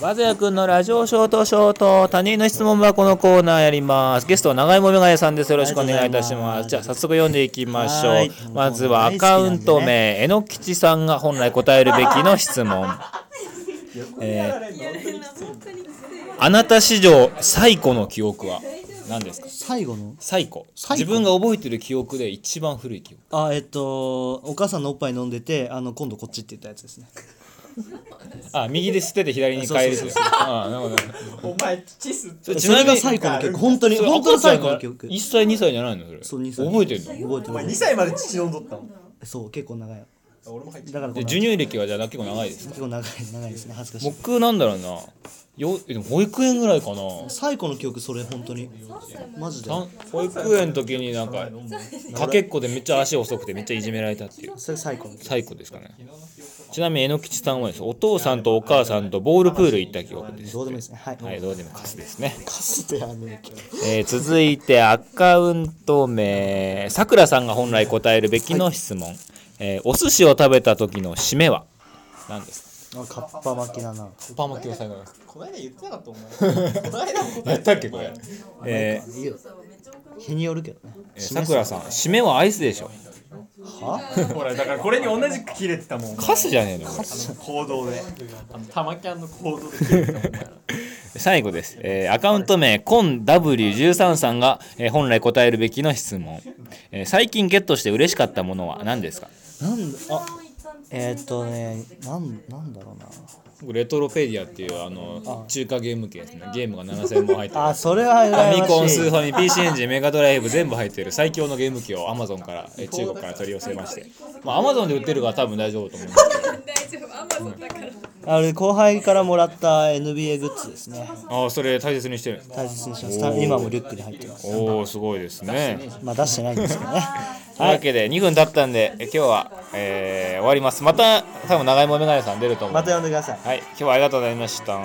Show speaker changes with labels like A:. A: バズヤ君のラジオショートショート他人の質問箱のコーナーやりますゲストは長芋メガネさんですよろしくお願いいたします
B: あり
A: じゃ
B: が
A: あ早
B: と
A: 速読んでいきまし
B: は
A: ょ
B: いう
A: まずはアカウント名、えのきちさんが本来答えるべきの質問えーあなた史上最古の記憶は何ですか
B: 最後の
A: 最古
B: 最古
A: 自分が覚えてる記憶で一番古い記憶
B: あえっとお母さんのおっぱい飲んでてあの今度こっちって言ったやつですね
A: あ右で捨てて左に変えるやつああなるほど
C: お前チスって
A: それ
B: それが最古の記憶本当に
A: それ
B: 本当の最古の記
A: 赤
B: 憶
A: ちゃんが1歳2歳じゃないのそれ
B: そう2歳
A: 覚えてるの
B: 覚えてま
C: お前2
B: す
C: 歳まで父飲んどったもん
B: そう結構長い
C: 俺も入って
B: だからこ
A: で
B: の
A: 授乳歴はじゃあ結構長いですか
B: 結構長い長いですね恥ずかしい
A: 僕なんだろうなよでも保育園ぐらいかな
B: 最古の記憶それ本当にマジで
A: たん保育園の時になんかかけっこでめっちゃ足遅くてめっちゃいじめられたっていう
B: それ最古の
A: 最古ですかねちなみに榎吉さんはですお父さんとお母さんとボールプール行った記憶です
B: どうでもいいですねはい、
A: はいどうでもカスですね
B: かすってやんねえ
A: えー続いてアカウント名さくらさんが本来答えるべきの質問、えーお寿司を食べた時の締めは何です
B: あカッパ巻きだな
A: かパーマキオさんが
C: この間言ってなかったお前この間も答え
A: やったっけこれえー
B: いいよ日によるけどね
A: えーさくらさん締めはアイスでしょ
B: は
C: ほらだからこれに同じく切れてたもん
A: カスじゃねえの
C: 行動であの玉キャンの行動で切れてたもんお前ら
A: 最後です、えーアカウント名コン W13 さんが、えー本来答えるべきの質問、えー最近ゲットして嬉しかったものは何ですか
B: なんだあえー、っとねなんなんだろうな
A: レトロペディアっていうあの中華ゲーム系ですねゲームが7000本入って
B: あそれは
A: ファ
B: 羨
A: ミ
B: ま
A: コン、
B: し
A: スー
B: い
A: ファミ、PC エンジン、メガドライブ全部入っている最強のゲーム機を Amazon から、え中国から取り寄せまして、まあ、Amazon で売ってるから多分大丈夫と思うんですけど、
D: 大丈夫、アマゾンだから。
B: あれ後輩からもらった NBA グッズですね
A: ああ、それ大切にしてるんですね。
B: 大切にしますた今もリュックに入ってます
A: おお、すごいですね。
B: まあ出してないんですけどね
A: というわけで、2分経ったんで、え今日は、えー終わります。また、多分長いもメガネさん出ると思う。
B: また呼んでください
A: はい、今日はありがとうございました。